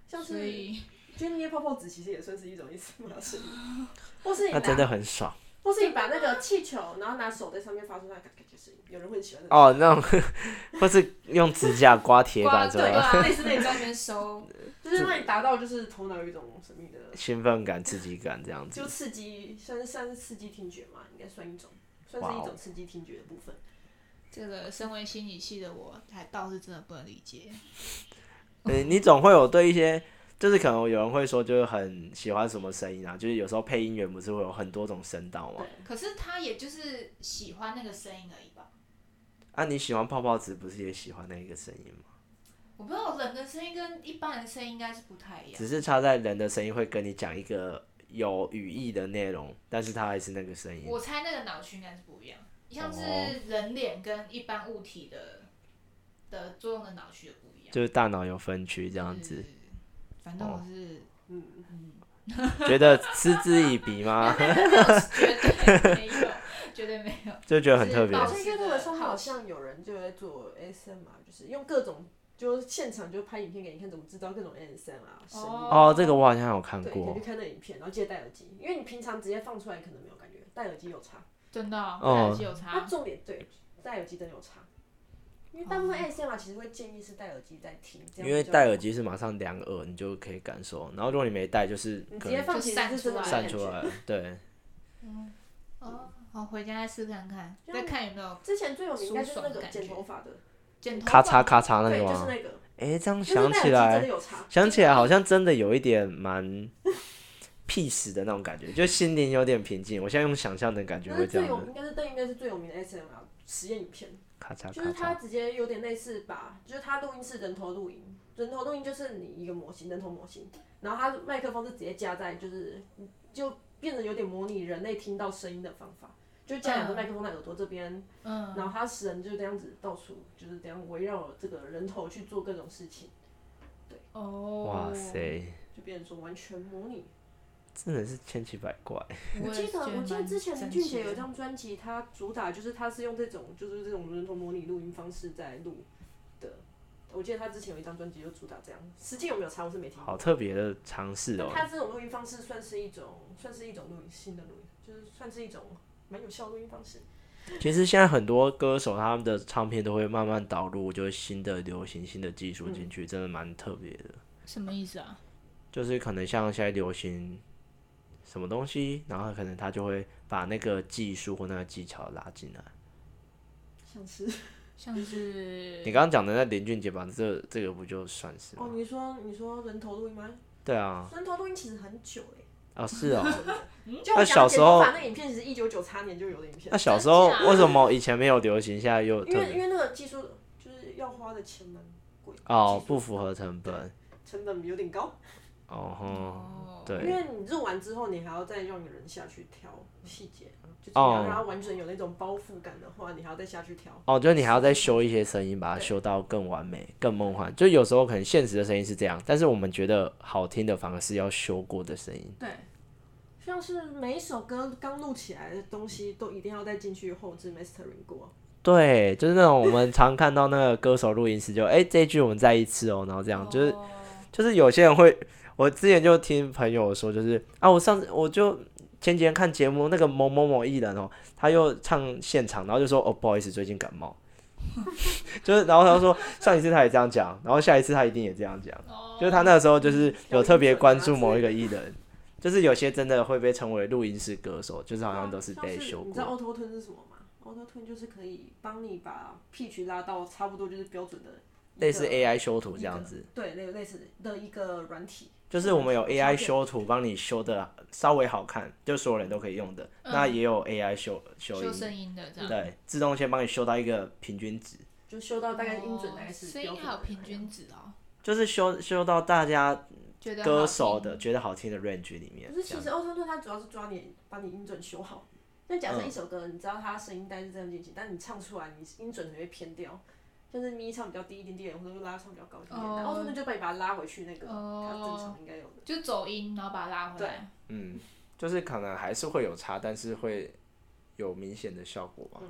C: 像
A: 所
C: 是
A: 以
C: 就捏泡泡纸其实也算是一种 ASMR 声音，或是你
B: 那啊真的
C: 拿，
B: 很爽
C: 或是你把那个气球，然后拿手在上面发出那嘎嘎的声音，有人会喜欢的。
B: 哦，那种或是用指甲刮铁
A: 刮
B: 板什
A: 对
B: 么，
A: 啊，类似那在那边收，
C: 就是让你达到就是头脑有一种神秘的，
B: 兴奋感、刺激感这样子
C: 就。刺激，算是算是刺激听觉嘛，应该算一种，算是一
B: 哦
C: 种刺激听觉的部分。
A: 这个身为心理系的我，还倒是真的不能理解。
B: 嗯，你总会有对一些，就是可能有人会说，就是很喜欢什么声音啊，就是有时候配音员不是会有很多种声道吗
C: 对？
A: 可是他也就是喜欢那个声音而已吧。
B: 啊，你喜欢泡泡纸，不是也喜欢那一个声音吗？
A: 我不知道人的声音跟一般人的声音应该是不太一样。
B: 只是差在人的声音会跟你讲一个有语义的内容，但是它还是那个声音。
A: 我猜那个脑区应该是不一样，像是
B: 哦
A: 人脸跟一般物体的的作用的脑区也不一样。
B: 就是大脑有分区这样子，
A: 是，反正我是
C: 嗯，
B: 觉得嗤之以鼻吗？
A: 绝对没有，绝对没有。
B: 就觉得很特别
A: 是。
C: 好
A: 吧
C: 像 YouTube 的上面好像有人就在做 ASMR，就是用各种，就是现场就拍影片给你看，怎么制造各种 ASMR 声音。
B: 哦，这个我好像有看
C: 对，你可以
B: 过
C: 去。看那影片，然后记得戴耳机，因为你平常直接放出来可能没有感觉，戴耳机有差。
A: 真的、哦，
B: 哦
A: 戴耳机有
C: 那
A: 差。
C: 重点对，戴耳机真的有差，因为大
B: 哦
C: 部分 ASMR 啊其实会建议是戴耳机在听，这样
B: 因为
C: 比较
B: 戴耳机是马上两耳，你就可以感受。然后如果你没戴，就是
C: 你直
B: 可
C: 接
B: 能
C: 放其实是真的
A: 就
B: 散出。来。 对，
A: 哦，好，回家再试看看，
C: 就
A: 再看有没有
C: 之前最有名应该是那
A: 舒爽的
C: 个
A: 感觉
C: 剪头发的，
A: 剪头发
B: 咔嚓。咔啊嚓那
C: 对，
B: 个
C: 就是
B: 吗？
C: 那个，
B: 哎，这样
C: 就是
B: 想起
C: 戴耳机真
B: 来
C: 的，有差。
B: 想起来好像真的有一点蛮 peace 的那种感觉，就心灵有点平静。我现在用想象的感觉
C: 但
B: 会
C: 是
B: 这
C: 最
B: 样
C: 有
B: 的，
C: 应该是邓应该是最有名的 ASMR 啊实验影片。
B: 咔嚓
C: 就是
B: 咔
C: 他
B: 嚓。
C: 直接有点类似把，就是他录音是人头录音，人头录音就是你一个模型，人头模型，然后他麦克风是直接架在，就是就变得有点模拟人类听到声音的方法，就架两个麦克风在耳朵这边，
A: 嗯，
C: 然后他使人就这样子到处就是这样围绕这个人头去做各种事情，
A: 哦，
B: 哇，塞，
C: 就变成说完全模拟。
B: 真的是千奇百怪。
C: 我记得我记得之前林
A: 林
C: 俊杰有一张专辑，他主打就是他是用这种就是这种人头模拟录音方式在录的。我记得他之前有一张专辑就主打这样，实际有没有查我是没听过。
B: 好特别的尝试
C: 但
B: 哦。
C: 他这种录音方式算是一种算是一种录音新的录音，就是算是一种蛮有效的录音方式。
B: 其实现在很多歌手他们的唱片都会慢慢导入，就是新的流行、新的技
C: 嗯
B: 术进去，真的蛮特别的。
A: 什么意思啊？
B: 就是可能像现在流行什么东西，然后可能他就会把那个技术或那个技巧拉进来。
C: 像是
A: 像是
B: 你刚刚讲的那林俊杰吧，这这个不就算是吗？
C: 哦，你说你说人头录音吗？
B: 对啊，
C: 人头录音其实很久哎、
B: 啊是哦。
C: 就
B: 那
C: 我
B: 小
C: 讲
B: 时
C: 剪
B: 候
C: 头发那个影片，其实一九九叉年就有的影片
B: 那，小时候
A: 真假
B: 为什么以前没有流行，现在呃又特
C: 因为因
B: 别？
C: 为那个技术就是要花的钱蛮贵
B: 哦
C: 技，术
B: 不符合成本。
C: 成本有点高，
B: 哦吼，
A: 哦，
C: 因
B: 对，
C: 为你录完之后，你还要再让人下去挑细节，啊就是你
B: 哦
C: 要让它完整有那种包覆感的话，你还要再下去挑。
B: 哦，就是你还要再修一些声音，把它修到更完美、更梦幻。就有时候可能现实的声音是这样，但是我们觉得好听的反而是要修过的声音。
C: 对，像是每一首歌刚录起来的东西，都一定要再进去后置 mastering 过。啊
B: 对，就是那种我们常看到那个歌手录音师就，哎、这一句我们再一次哦，然后这样，就是
A: 哦
B: 就是有些人会，我之前就听朋友说，就是啊，我上次我就前几天看节目，那个某某某艺人哦，他又唱现场，然后就说哦，不好意思，最近感冒， 就是然后他说上一次他也这样讲，然后下一次他一定也这样讲，
A: 哦
B: 就是他那个时候
C: 嗯
B: 就是有特别关注某一个艺人，就是有些真的会被称为录音室歌手，就是好像都是被修
C: 啊像你知道
B: 过，
C: auto tune 是什么吗？auto tune 就是可以帮你把 pitch 拉到差不多就是标准的一个，
B: 类似 AI 修图这样子，
C: 对，类类似的一个软体。
B: 就是我们有 AI
C: 软件
B: 修图帮你修的稍微好看，就所有人都可以用的，那也有 AI 修修
A: 嗯修
B: 音。
A: 声音的这样。
B: 对，自动先帮你修到一个平均值，
C: 就修到大概音
A: 哦
C: 准大概是
A: 声
C: 标
A: 音
C: 准
A: 好
C: 的
A: 平均值哦，
B: 就是修修到大家
A: 觉得
B: 歌
A: 好
B: 手
A: 听
B: 的觉得好听的 range 里面
C: 可
B: 这
C: 是。其
B: 样
C: 实 auto tune 它主要是抓你把你音准修好。那假
B: 嗯
C: 设一首歌，你知道它声音带是这样进行，但你唱出来，你音准你会偏掉，就是咪唱比较低一点点，或者拉唱比较高一点点。然后 auto tune 就把你把它拉回去那个它正
A: 哦，
C: 常应该有的。
A: 就走音，然后把它拉回来。
B: 嗯，就是可能还是会有差，但是会有明显的效果吧。
A: 嗯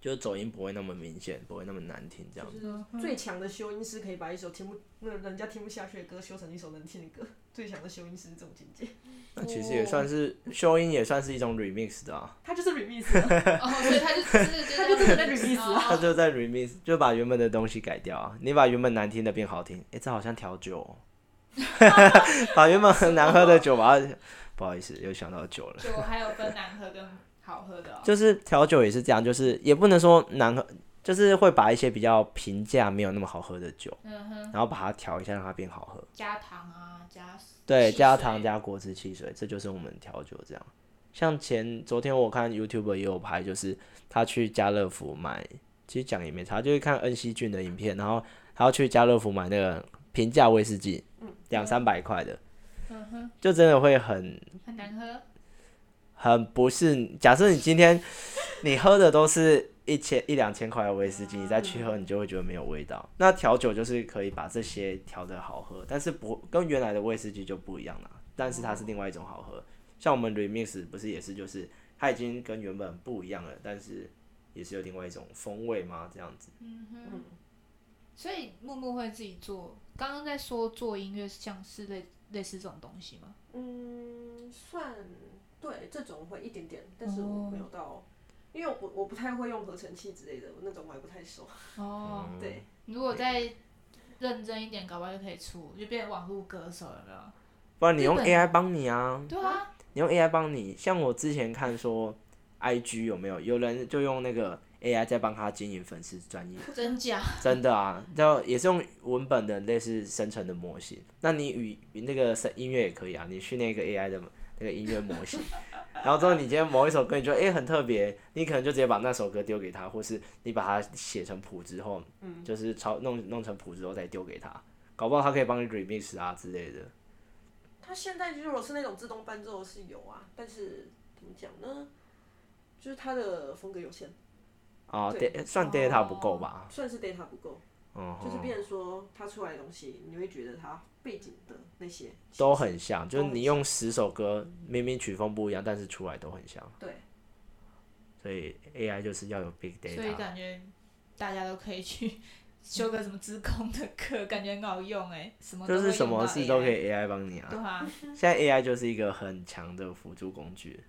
B: 就是走音不会那么明显，不会那么难听，这样。
A: 嗯
C: 就是最强的修音师可以把一首听不那人家听不下去的歌修成一首能听的歌，最强的修音师是这种境界，
B: 那其实
C: 哦
A: 哦
B: 也算是修音，也算是一种 remix 的啊。
C: 他就是 remix，
A: 哦，所以他就真 的
C: 他就真的在 remix 啊
B: 他
A: 啊。
B: 就在 remix，就把原本的东西改掉啊。你把原本难听的变好听，诶，这好像调酒、 哦。 把原本很难喝的酒把它，不好意思，又想到酒了。
A: 哦就还有分难喝跟好喝的哦。
B: 就是调酒也是这样，就是也不能说难喝，就是会把一些比较平价、没有那么好喝的酒，
A: 嗯哼，
B: 然后把它调一下，让它变好喝。
A: 加糖啊，加
B: 对，
A: 汽
B: 加
A: 水
B: 糖加果汁汽水，这就是我们调酒这样。像前昨天我看 YouTube 也有拍，就是他去家乐福买，其实讲也没差，就是看恩熙俊的影片，然后他要去家乐福买那个平价威士忌，两三百块的，
A: 嗯哼，
B: 就真的会很
A: 很难喝。
B: 很不是。假设你今天你喝的都是一千一两千块的威士忌，你再去喝，你就会觉得没有味道。那调酒就是可以把这些调的好喝，但是不跟原来的威士忌就不一样了。但是它是另外一种好喝，像我们 remix 不是也是就是它已经跟原本不一样了，但是也是有另外一种风味嘛，这样子。
A: 嗯哼，所以木木会自己做。刚刚在说做音乐，像是类类似这种东西吗？
C: 嗯，算对这种会一点点，但是我没有到，因为我不我不太会用合成器之类的，我那种我还不太熟。
A: 哦，
C: 对，
A: 如果再认真一点，搞不好就可以出，就变网络歌手了。没
B: 不然你用
A: 日本
B: AI 帮你啊，
A: 有？对啊，
B: 你用 AI 帮你，像我之前看说，IG 有没有有人就用那个 AI 在帮他经营粉丝专业，
A: 真假？
B: 真的啊，就也是用文本的类似生成的模型。那你语那个声音乐也可以啊，你训练一个 AI 的那个音乐模型，然后之后你今天某一首歌你觉得诶很特别，你可能就直接把那首歌丢给他，或是你把它写成谱之后，就是抄弄弄成谱之后再丢给他，搞不好他可以帮你 remix 啊之类的。
C: 它现在如果是那种自动伴奏是有啊，但是怎么讲呢？就是它的风格有限，
B: 啊，
C: 对
B: da- 算 data 不够吧？
C: 算是 data 不够，
B: 嗯
C: 就是
B: 哼
C: 变成说它出来的东西，你会觉得它背景的那些
B: 都很像，就是
C: 都很
B: 你用十首歌，明明曲风不一样，但是出来都很像。
C: 对，
B: 所以 AI 就是要有 big
A: 所以
B: data。
A: 感觉大家都可以 去修个什么自控的课，感觉很好用哎、什么都
B: 就是什么事都可
A: 以
B: 以 AI 帮你
A: 用到 AI。对
B: 啊！
A: 啊，
B: 现在 AI 就是一个很强的辅助工具。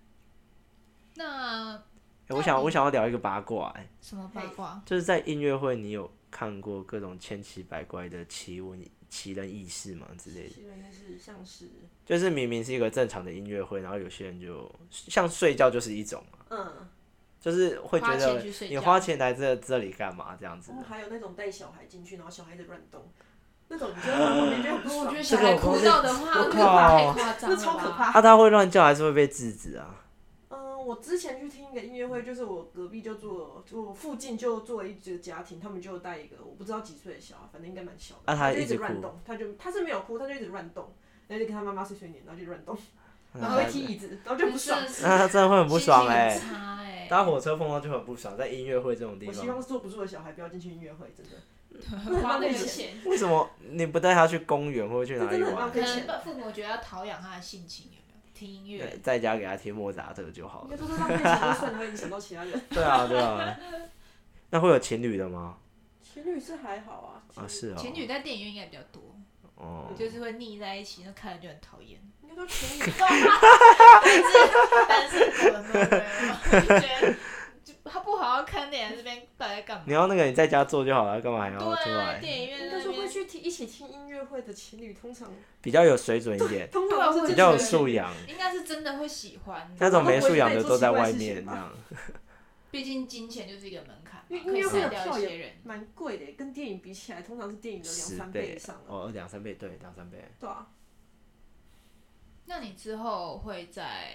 A: 那啊
B: 诶我想，我想要聊一个八卦、欸，
A: 什么八卦？
B: 就是在音乐会，你有看过各种千奇百怪的奇闻奇人异事嘛之类的，
C: 应该是像是，
B: 就是明明是一个正常的音乐会，然后有些人就像睡觉就是一种嘛，啊
C: 嗯，
B: 就是会觉
A: 花钱
B: 得
A: 去睡觉
B: 你花钱来这这里干嘛这样子
C: 哦，还有那种带小孩进去，然后小孩子乱动，那种你就在旁边就很不
A: 我觉得，
C: 爽
B: 这
A: 小
B: 个
A: 孩
B: 我
A: 哭
B: 光是
A: 闹的话，
B: 我
A: 那个
B: 靠
A: 太夸张了，
C: 这超可。怕。
B: 啊，他会乱叫还是会被制止啊？
C: 嗯，我之前去听一个音乐会，就是我隔壁就坐，就我附近就坐了一个家庭，他们就带一个我不知道几岁的小孩，反正应该蛮小的，
B: 啊他
C: 就
B: 一
C: 一
B: 直哭
C: 乱动，他就他是没有哭，他就一直乱动，然后就跟他妈妈碎碎念，然后就乱动，然后
B: 那
C: 会踢椅子，然后就不爽。
A: 是
B: 那他真的 会很不爽哎、
A: 心情很差哎、
B: 搭火车碰到就很不爽，在音乐会这种地
C: 我希
B: 方，
C: 望坐不住的小孩不要进去音乐会，真的，
A: 很花那个钱，
B: 为什么你不带他去公园或者去哪里
C: 这真的很浪
B: 玩
C: 费？
A: 可能父母觉得要陶养他的性情，有没有？听音乐，
B: 在家给他听莫扎特就好
C: 应
B: 了。
C: 该都是浪费钱就算了，会影响到其他人。
B: 对啊，对啊。那会有情侣的吗？
C: 情侣是还好啊，
B: 啊，是哦。
A: 情侣在电影院应该比较多，
B: 哦，
A: 就是会腻在一起，那看着就很讨厌。
C: 应该都情侣。
A: 但是可能我觉得就他不好好看电影，这边到底在干嘛？
B: 你要那个你在家做就好了，干嘛还要出
A: 对啊，
B: 来？
A: 电影院
C: 应
A: 那
C: 该是会
A: 边
C: 去听一起听音乐会的情侣，通常
B: 比较有水准一点，
C: 通常都
B: 比
C: 是这
B: 较有
C: 种
B: 素养。
A: 应该是真的会喜欢，
B: 那种没素养的
C: 都不会
B: 都在外
C: 做奇怪的事
B: 面
C: 情
B: 这
C: 吧
B: 样。
A: 毕竟金钱就是一个门槛嘛，
C: 因为
A: 可以
C: 音乐会
A: 筛
C: 的
A: 掉
C: 票
A: 一
C: 也
A: 些人。
C: 蛮贵的，跟电影比起来，通常是电影的两
B: 十
C: 三
B: 倍
C: 以上了。
B: 哦，两三倍，对，两三倍。
C: 对啊，
A: 那你之后会在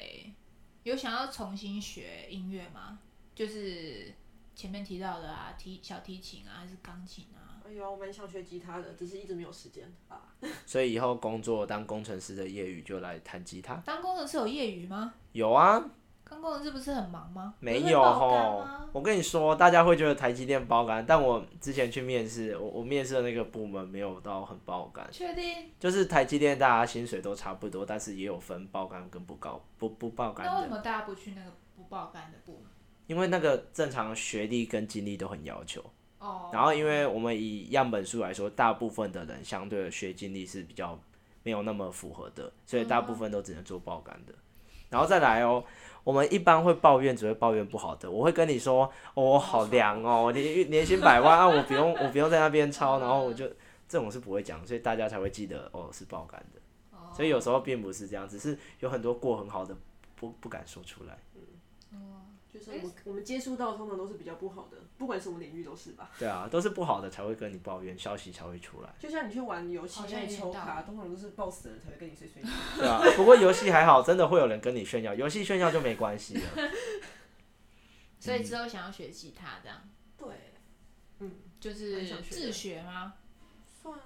A: 有想要重新学音乐吗？就是前面提到的啊，提小提琴啊，还是钢琴啊？
C: 哎呦，我蛮想学吉他的，只是一直没有时间啊。
B: 所以以后工作当工程师的业余就来弹吉他。
A: 当工程师有业余吗？
B: 有啊，
A: 当工程师不是很忙吗？
B: 没
A: 不是
B: 有
A: 会爆肝
B: 吼
A: 吗，
B: 我跟你说，大家会觉得台积电爆肝，但我之前去面试，我我面试的那个部门没有到很爆肝，
A: 确定？
B: 就是台积电大家薪水都差不多，但是也有分爆肝跟不高不不爆肝
A: 那为什
B: 的，
A: 么大家不去那个不爆肝的部门？
B: 因为那个正常学历跟经历都很要求，
A: 哦，
B: 然后因为我们以样本数来说，大部分的人相对的学经历是比较没有那么符合的，所以大部分都只能做爆肝的。然后再来哦，我们一般会抱怨，只会抱怨不好的。我会跟你说，哦，我好凉哦，我年年薪百万啊，我不用我不用在那边抄，然后我就这种是不会讲，所以大家才会记得哦是爆肝的。
A: 哦
B: 所以有时候并不是这样，只是有很多过很好的不不敢说出来。
C: 就是我们我们接触到的通常都是比较不好的，不管什么领域都是吧。
B: 对啊，都是不好的才会跟你抱怨，消息才会出来。
C: 就像你去玩游戏
A: 好，像
C: 那
A: 有
C: 你
A: 点
C: 抽
A: 道
C: 卡，
A: 理
C: 通常都是 BOSS 的人才会跟你碎碎念。
B: 对啊，不过游戏还好，真的会有人跟你炫耀，游戏炫耀就没关系了。
A: 所
B: 嗯
A: 以之后想要学吉他，这样
C: 对，
A: 就
C: 蛮
A: 是
C: 想学的
A: 自学吗？
C: 算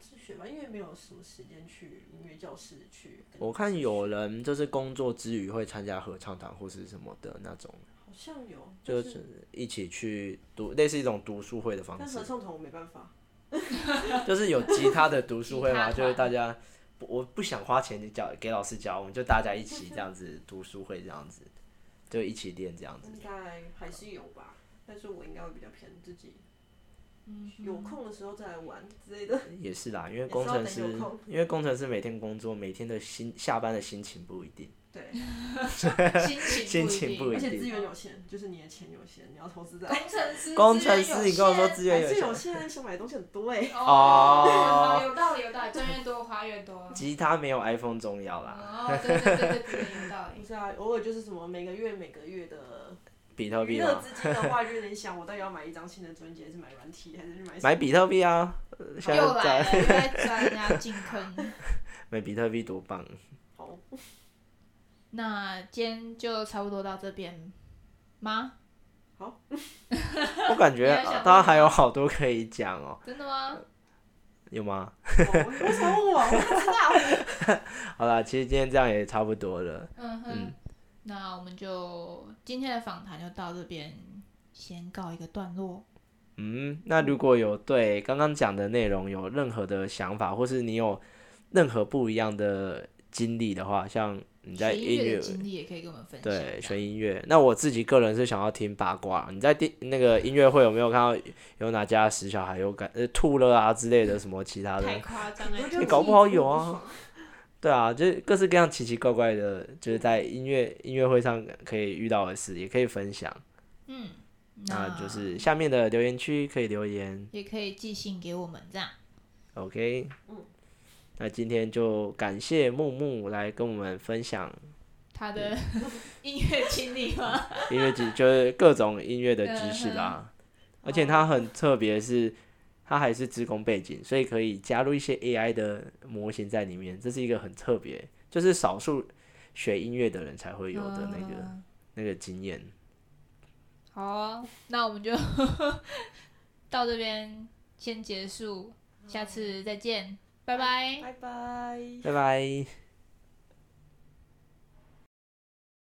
C: 自学吧，因为没有什么时间去音乐教室去 跟。
B: 我看有人就是工作之余会参加合唱团或是什么的那种，
C: 好像有，
B: 就
C: 但
B: 是一起去读，类似一种读书会的方
C: 但
B: 式
C: 合，唱团我没办法。
B: 就是有吉他的读书会嘛，
A: 吉他团
B: 就是大家不我不想花钱教给老师教，我们就大家一起这样子读书会这样子，就一起练这样 子。
C: 应该还是有吧，但是我应该会比较偏自己，有 空的时候再来玩之类的。
B: 也是啦，因为
C: 也是要
B: 工程
C: 等
B: 师
C: 有空，
B: 因为工程师每天工作，每天的心下班的心情不一定。
C: 对，
A: 心情
B: 心
A: 一
B: 情
A: 定
B: 不一
C: 而
B: 定
C: 且资源有限，就是你的钱有限，你要投资在
A: 工程师，
B: 工程师，你跟我说资源
C: 还
B: 有
C: 是
B: 限
C: 有限，想买的东西很多哎、
B: 哦
A: 哦，有道理有道理，赚越多花越 多。
B: 吉他没有 iPhone 重要啦，
A: 哦，对对对对对，有道
C: 不
A: 理。
C: 是啊，偶尔就是什么每个月每个月的
B: 比特
C: 娱
B: 币
C: 乐
B: 吗？
C: 资金的话，就有点想我到底要买一张新的专辑，还是买软体，还是去买什么
B: 买比特币啊！呃现
A: 哦又
B: 在
A: 来
B: 在
A: 了，又在抓人家进坑。
B: 买比特币多棒！
C: 好，
A: 那今天就差不多到这边吗？
B: 我感 觉
A: 你还想
B: 啊
A: 问
B: 他
A: 吗
B: 还有好多可以讲哦，
A: 真的吗？
B: 有吗？
C: 我为什么问我？我不知道。
B: 好啦，其实今天这样也差不多了。
A: 嗯哼，那我们就今天的访谈就到这边，先告一个段落。
B: 嗯，那如果有对刚刚讲的内容有任何的想法，或是你有任何不一样的经历的话，像你在
A: 学音
B: 音
A: 乐
B: 乐
A: 的经历也可以跟我们分享。
B: 对，
A: 这
B: 学
A: 样
B: 音乐。那我自己个人是想要听八卦。你在第那个音乐会有没有看到有哪家死小孩有感呃吐了啊之类的什么其他的？
A: 太夸张了
C: 我。觉得
B: 搞不好有啊
C: 我自己
B: 对啊，就是各式各样奇奇怪怪的，就是在音乐音乐会上可以遇到的事，也可以分享。
A: 嗯，
B: 那就是下面的留言区可以留言
A: 也可以寄信给我们这样。
B: ，OK。那今天就感谢木木来跟我们分享
A: 他的
B: 嗯
A: 音乐经历吗？
B: 音乐知，就是各种音乐的知识啦。而且它很特别，是它还是职工背景，所以可以加入一些 AI 的模型在里面，这是一个很特别，就是少数学音乐的人才 会有的那个、
A: 嗯
B: 那个经验。
A: 好啊，那我们就 到这边先结束，下次再见，拜拜。
C: 拜拜。
B: 拜拜。